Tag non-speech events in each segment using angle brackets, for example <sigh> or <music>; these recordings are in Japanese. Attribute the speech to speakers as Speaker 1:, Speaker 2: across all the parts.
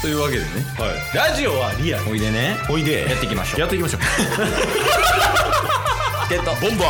Speaker 1: というわけでね
Speaker 2: はい、ラジオはリアル
Speaker 1: おいでね
Speaker 2: おいで
Speaker 1: やっていきましょう
Speaker 2: やっていきましょう
Speaker 1: ってた
Speaker 2: ボンバ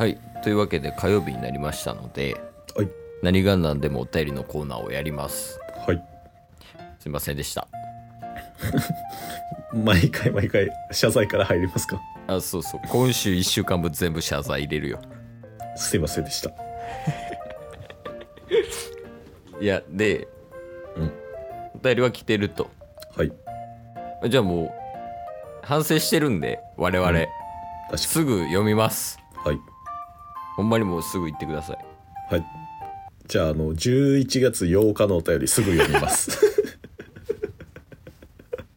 Speaker 1: はいというわけで火曜日になりましたので
Speaker 2: ーはい
Speaker 1: 何が何でもお便りのコーナーをやります
Speaker 2: はい
Speaker 1: すいませんでした
Speaker 2: 毎回毎回謝罪から入りますか
Speaker 1: あそうそう今週1週間分全部謝罪入れるよ
Speaker 2: すいませんでした
Speaker 1: いやで、
Speaker 2: うん、
Speaker 1: お便りは来てると
Speaker 2: はい
Speaker 1: じゃあもう反省してるんで我々、
Speaker 2: うん確
Speaker 1: すぐ読みます
Speaker 2: かはい
Speaker 1: ほんまにもうすぐ言ってください
Speaker 2: はいじゃああの11月8日のお便りすぐ読みます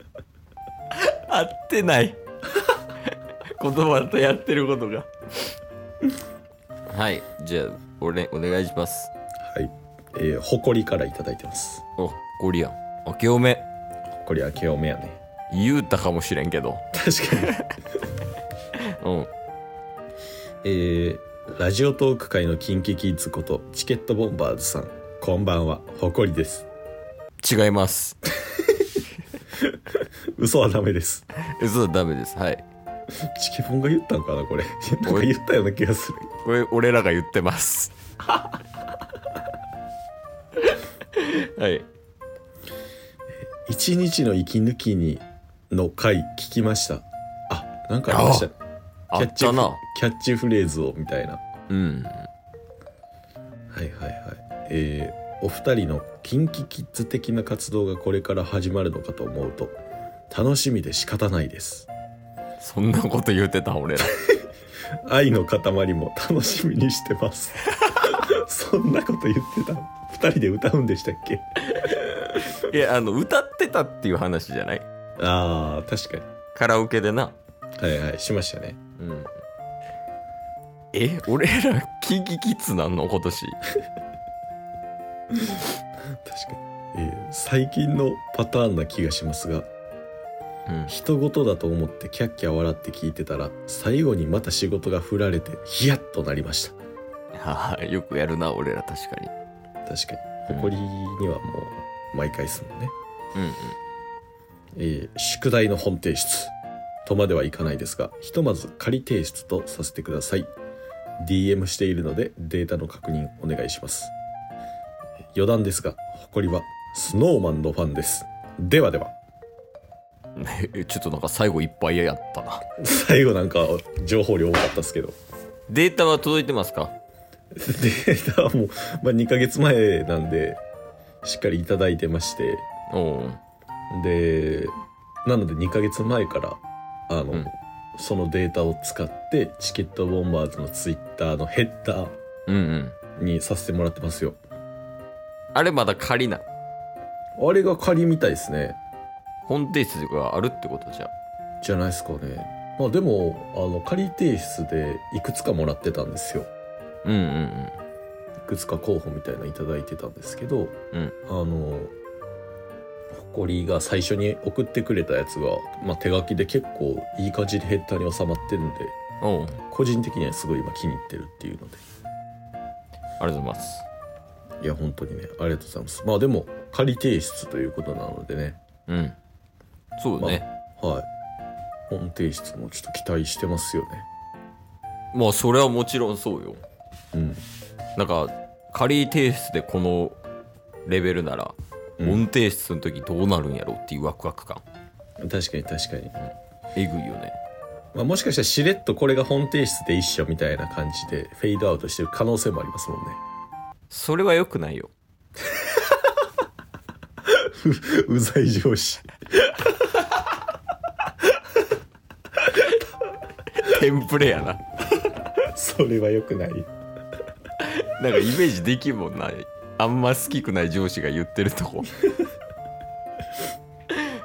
Speaker 2: <laughs>
Speaker 1: 合ってない <laughs> 言葉とやってることがはいじゃあ俺お願いします
Speaker 2: はいえー、誇りからいただいてます
Speaker 1: おゴリアン明けおめ
Speaker 2: 誇り明けおめやね
Speaker 1: 言うたかもしれん <laughs> けど
Speaker 2: 確かに <laughs>
Speaker 1: うん
Speaker 2: えーラジオトーク界のキンキキッズことチケットボンバーズさんこんばんは誇りです
Speaker 1: 違います
Speaker 2: 嘘はダメです
Speaker 1: 嘘はダメですはい
Speaker 2: チケボンが言ったんかなこれ <laughs> なんか言ったような気がする
Speaker 1: これ俺らが言ってます <laughs> はい
Speaker 2: 一日の息抜きにの回聞きましたあなんかありましたね
Speaker 1: あ
Speaker 2: キャ
Speaker 1: っ
Speaker 2: ッチ
Speaker 1: た
Speaker 2: フ
Speaker 1: な
Speaker 2: キャッチフレーズをみたいな
Speaker 1: うん
Speaker 2: はいはいはいえーお二人のキンキキッズ的な活動がこれから始まるのかと思うと楽しみで仕方ないです
Speaker 1: そんなこと言うてた俺ら
Speaker 2: 愛の塊も楽しみにしてます
Speaker 1: <laughs>
Speaker 2: そんなこと言ってた二人で歌うんでしたっけ
Speaker 1: いやあの歌ってたっていう話じゃない
Speaker 2: あー確か
Speaker 1: カラオケでな
Speaker 2: にはいはいしましたね
Speaker 1: うんえ俺らキンキキッズなんの今年
Speaker 2: 確かに、えー最近のパターンな気がしますが
Speaker 1: うん
Speaker 2: 人事だと思ってキャッキャ笑って聞いてたら最後にまた仕事が振られてヒヤッとなりました
Speaker 1: はあよくやるな俺ら確かに
Speaker 2: 確か
Speaker 1: う
Speaker 2: に
Speaker 1: ん
Speaker 2: 誇りにはもう毎回すもんね、
Speaker 1: うんうん
Speaker 2: えー宿題の本提出とまではいかないですがひとまず仮提出とさせてください DM しているのでデータの確認お願いします余談ですが誇りはスノーマンのファンですではでは
Speaker 1: ねちょっとなんか最後いっぱいやったな
Speaker 2: 最後なんか情報量多かったですけど
Speaker 1: データは届いてますか
Speaker 2: データは <laughs> もう、まあ、2ヶ月前なんでしっかりいただいてまして
Speaker 1: おお
Speaker 2: でなので2ヶ月前からあの、
Speaker 1: うん
Speaker 2: そのデータを使ってチケットボンバーズのツイッターのヘッダー
Speaker 1: うんうん
Speaker 2: にさせてもらってますよ
Speaker 1: あれまだ仮な
Speaker 2: あれが仮みたいですね
Speaker 1: 本提出があるってことじゃ
Speaker 2: じゃないですかねまあでもあの仮提出でいくつかもらってたんですよ
Speaker 1: うんうん
Speaker 2: いくつか候補みたいなのいただいてたんですけど、
Speaker 1: うん
Speaker 2: あの誇りが最初に送ってくれたやつが、まあ、手書きで結構いい感じでヘッダーに収まってるんで
Speaker 1: うんおう
Speaker 2: 個人的にはすごい今気に入ってるっていうので
Speaker 1: ありがとうございます
Speaker 2: いや本当にねありがとうございますまあでも仮提出ということなのでね
Speaker 1: うんそうね、
Speaker 2: はい本提出もちょっと期待してますよね
Speaker 1: まあそれはもちろんそうよ
Speaker 2: うん
Speaker 1: なんか仮提出でこのレベルなら、
Speaker 2: うん
Speaker 1: 音提出の時どうなるんやろうっていうワクワク感
Speaker 2: 確かに確かに、
Speaker 1: えぐいよね
Speaker 2: まあ、もしかしたらしれっとこれが本提出で一緒みたいな感じでフェードアウトしてる可能性もありますもんね <laughs>
Speaker 1: それは良くないよ
Speaker 2: うざい上司
Speaker 1: テンプレやな
Speaker 2: それは良くない
Speaker 1: なんかイメージできんもんなあんま好きくない上司が言ってるとこ <laughs>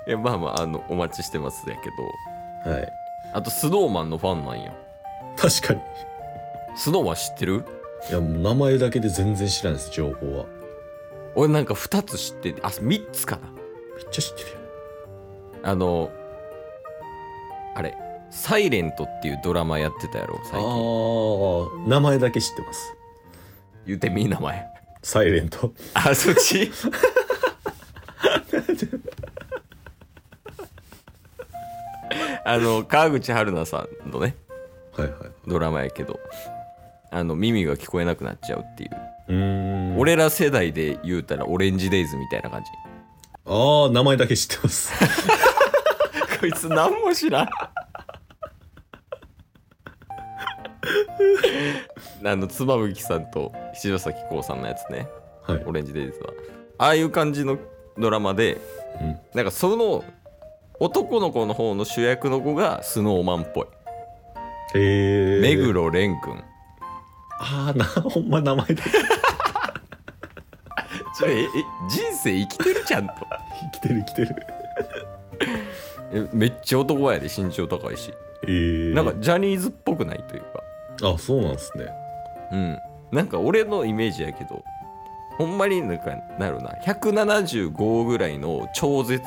Speaker 1: いやまあまああのお待ちしてますやけど
Speaker 2: はい
Speaker 1: あとスノーマンのファンなんや
Speaker 2: 確かに
Speaker 1: スノーマン知ってる
Speaker 2: いやもう名前だけで全然知らないです情報は
Speaker 1: 俺なんか2つ知っててあ3つかな
Speaker 2: めっちゃ知ってるよ
Speaker 1: あのあれ「サイレントっていうドラマやってたやろ最近
Speaker 2: ああ名前だけ知ってます
Speaker 1: 言うてみい名前
Speaker 2: サイレント。
Speaker 1: あそっちあの川口春奈さんのね
Speaker 2: はいはい。
Speaker 1: ドラマやけどあの耳が聞こえなくなっちゃうっていう、
Speaker 2: うーん。。
Speaker 1: 俺ら世代で言うたらオレンジデイズみたいな感じ
Speaker 2: ああ、名前だけ知ってます。 <laughs>
Speaker 1: こいつ何も知らんあの妻夫木さんと七崎幸さんのやつね
Speaker 2: はい。
Speaker 1: オレンジデイズはああいう感じのドラマで
Speaker 2: うん。
Speaker 1: なんかその男の子の方の主役の子がスノーマンっぽい、
Speaker 2: えー。
Speaker 1: 目黒蓮君
Speaker 2: ああ、な、ほんま名前だ
Speaker 1: ち
Speaker 2: け
Speaker 1: ょええ人生生きてるちゃんと
Speaker 2: 生きてる生きてる。
Speaker 1: えめっちゃ男やで身長高いし
Speaker 2: <laughs> えー。
Speaker 1: なんかジャニーズっぽくないというか
Speaker 2: あ、そうなんですね。
Speaker 1: うんなんか俺のイメージやけどほんまになんかなるな175ぐらいの超絶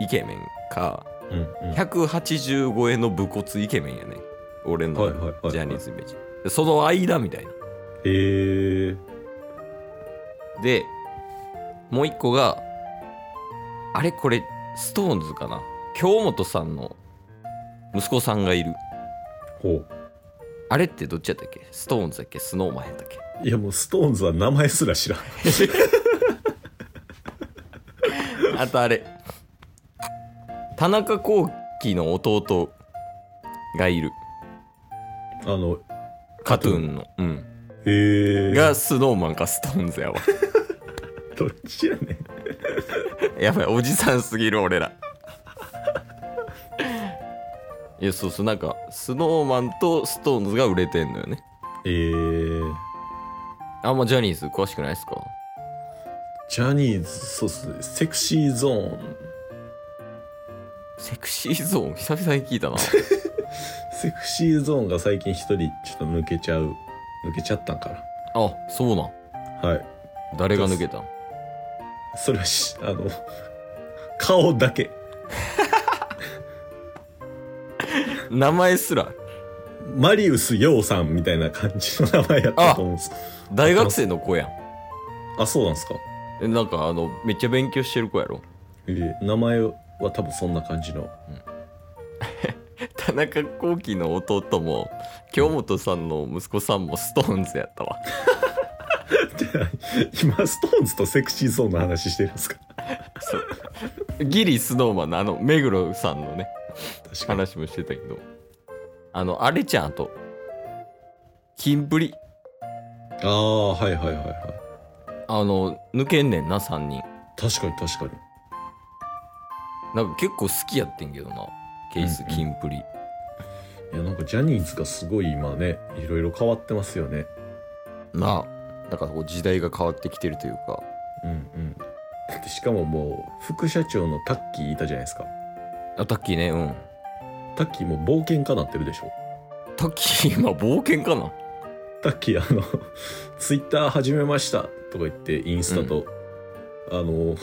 Speaker 1: イケメンか
Speaker 2: うん、うん。
Speaker 1: 180超えの武骨イケメンやね俺
Speaker 2: はいはいはい
Speaker 1: の
Speaker 2: はい
Speaker 1: ジャニーズイメージでその間みたいな
Speaker 2: えー。
Speaker 1: でもう一個があれこれストーンズかな京本さんの息子さんがいる
Speaker 2: ほう。
Speaker 1: あれってどっちやったっけストーンズだっけスノーマンやったっけ
Speaker 2: いやもうストーンズは名前すら知らん。
Speaker 1: あとあれ田中聖輝の弟がいる
Speaker 2: あの、
Speaker 1: カトゥーンの、うん、
Speaker 2: えー。
Speaker 1: がスノーマンかストーンズやわ
Speaker 2: どっちやねん。
Speaker 1: やばいおじさんすぎる俺らいやそうそうなんかスノーマンとストーンズが売れてんのよね
Speaker 2: えー。
Speaker 1: あんまジャニーズ詳しくないですか
Speaker 2: ジャニーズ、そうっすね。セクシーゾーン。
Speaker 1: セクシーゾーン久々に聞いたな
Speaker 2: セクシーゾーンが最近一人ちょっと抜けちゃう。抜けちゃったんか
Speaker 1: あそうなん
Speaker 2: な。はい。
Speaker 1: 誰が抜けたん
Speaker 2: それはし、あの、顔だけ。
Speaker 1: 名前すら
Speaker 2: マリウス・ヨウさんみたいな感じの名前やったと思うんです。
Speaker 1: 大学生の子やん
Speaker 2: あそうなんですか。
Speaker 1: えなんかあのめっちゃ勉強してる子やろ
Speaker 2: えー名前は多分そんな感じの。
Speaker 1: 田中聖輝の弟も京本さんの息子さんもストーンズやったわ
Speaker 2: 今、ストーンズとセクシーゾーンの話してるんですか
Speaker 1: そうギリスノーマンのあの目黒さんのね
Speaker 2: 確かに。
Speaker 1: 話もしてたけどあのあれちゃんあとキンプリ
Speaker 2: ああ、はいはいはいはい。
Speaker 1: あの抜けんねんな3人
Speaker 2: 確かに確かに。
Speaker 1: なんか結構好きやってんけどなケース
Speaker 2: うんうん
Speaker 1: キンプリ、
Speaker 2: いや、なんかジャニーズがすごい今ね、いろいろ変わってますよね。
Speaker 1: なあだからこう時代が変わってきてるというか
Speaker 2: うんうん。だってしかももう、副社長のタッキーいたじゃないですか。
Speaker 1: あタッキーねうん
Speaker 2: タッキーもう冒険家なってるでしょ。
Speaker 1: タッキー今冒険かな
Speaker 2: タッキーあの、 <laughs> ツイッター始めましたとか言って、インスタと、あの、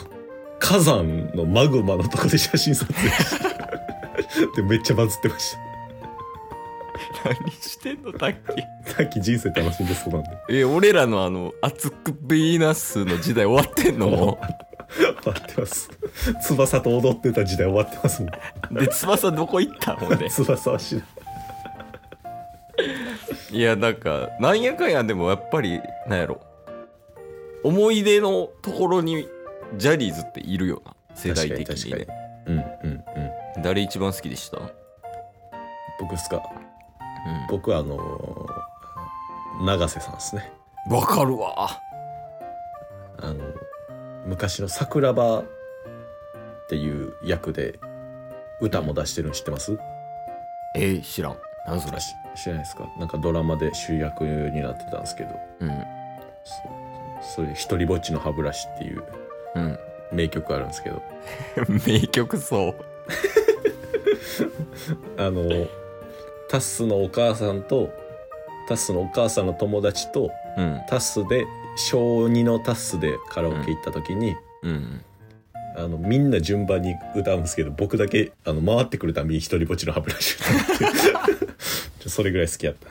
Speaker 2: 火山のマグマのとこで写真撮影 <laughs> して、で、めっちゃバズってまし
Speaker 1: <laughs> 何してんのタッキー
Speaker 2: た。タッキー人生楽しんでそうなんで。
Speaker 1: え俺らのあの熱くヴィーナスの時代終わってんのも
Speaker 2: 終わってます。翼と踊ってた時代終わってますもん。
Speaker 1: う <laughs> で翼どこ行ったもんね
Speaker 2: 翼はしない。
Speaker 1: いやなんかなんやかんやでもやっぱりなんやろ思い出のところにジャニーズっているよな世代的に,、ね、
Speaker 2: うんうんうん。
Speaker 1: 誰一番好きでした、うん、
Speaker 2: 僕っすか僕はあのー永瀬さんですね。
Speaker 1: わかるわ
Speaker 2: あの昔の「桜庭」っていう役で歌も出してるの知ってます
Speaker 1: えー、知らん何それ
Speaker 2: し知らないですかなんかドラマで主役になってたんですけど
Speaker 1: うん
Speaker 2: そそれ「ひとりぼっちの歯ブラシ」っていう
Speaker 1: うん
Speaker 2: 名曲あるんですけど
Speaker 1: <laughs> 名曲そう
Speaker 2: あのタッスのお母さんとタッスのお母さんの友達と
Speaker 1: うん
Speaker 2: タッスで小2のタッスでカラオケ行った時に、
Speaker 1: うん
Speaker 2: あのみんな順番に歌うんですけど僕だけあの回ってくるたびに一人ぼっちの歯ブラ <laughs> シ歌ってちょそれぐらい好きやった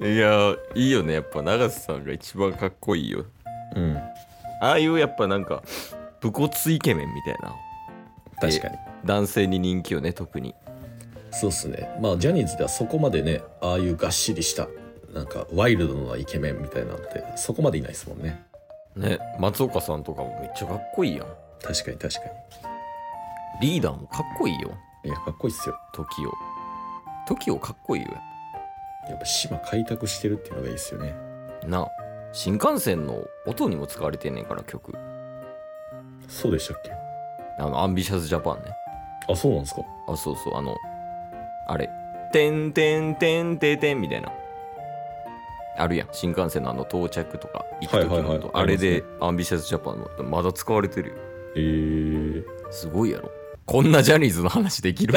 Speaker 2: んで
Speaker 1: いやいいよねやっぱ永瀬さんが一番かっこいいよ
Speaker 2: うん
Speaker 1: ああいうやっぱなんか武骨イケメンみたいな
Speaker 2: 確かに
Speaker 1: 男性に人気よね特に
Speaker 2: そうっすねまあジャニーズではそこまでねああいうがっしりしたなんかワイルドなイケメンみたいなのってそこまでいないですもんね
Speaker 1: ね松岡さんとかもめっちゃかっこいいやん
Speaker 2: 確かに確か
Speaker 1: リーダーもかっこいいよ
Speaker 2: にいやかっこいいっすよ
Speaker 1: TOKIO TOKIO かっこいいよ
Speaker 2: やっぱ島開拓してるっていうのがいいっすよね
Speaker 1: な新幹線の音にも使われてんねんから曲
Speaker 2: そうでしたっけ
Speaker 1: あのアンビシャスジャパンね
Speaker 2: あそうなんですか
Speaker 1: あそうそうあのあれ「てんてんてんてんてん」みたいなあるやん新幹線のあの到着とか行く時の音、
Speaker 2: はいはいはい
Speaker 1: あれ
Speaker 2: あり
Speaker 1: でアンビシャスジャパンの音まだ使われてるよ
Speaker 2: えー、
Speaker 1: すごいやろこんなジャニーズの話できる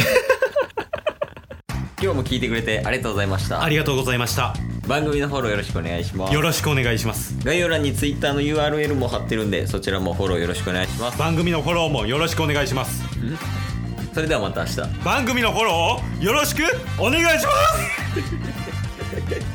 Speaker 1: <laughs> 今日も聞いてくれてありがとうございました
Speaker 3: ありがとうございました
Speaker 1: 番組のフォローよろしくお願いします
Speaker 3: よろしくお願いします
Speaker 1: 概要欄に Twitter の URL も貼ってるんでそちらもフォローよろしくお願いします
Speaker 3: 番組のフォローもよろしくお願いします
Speaker 1: それではまた明日
Speaker 3: 番組のフォローをよろしくお願いします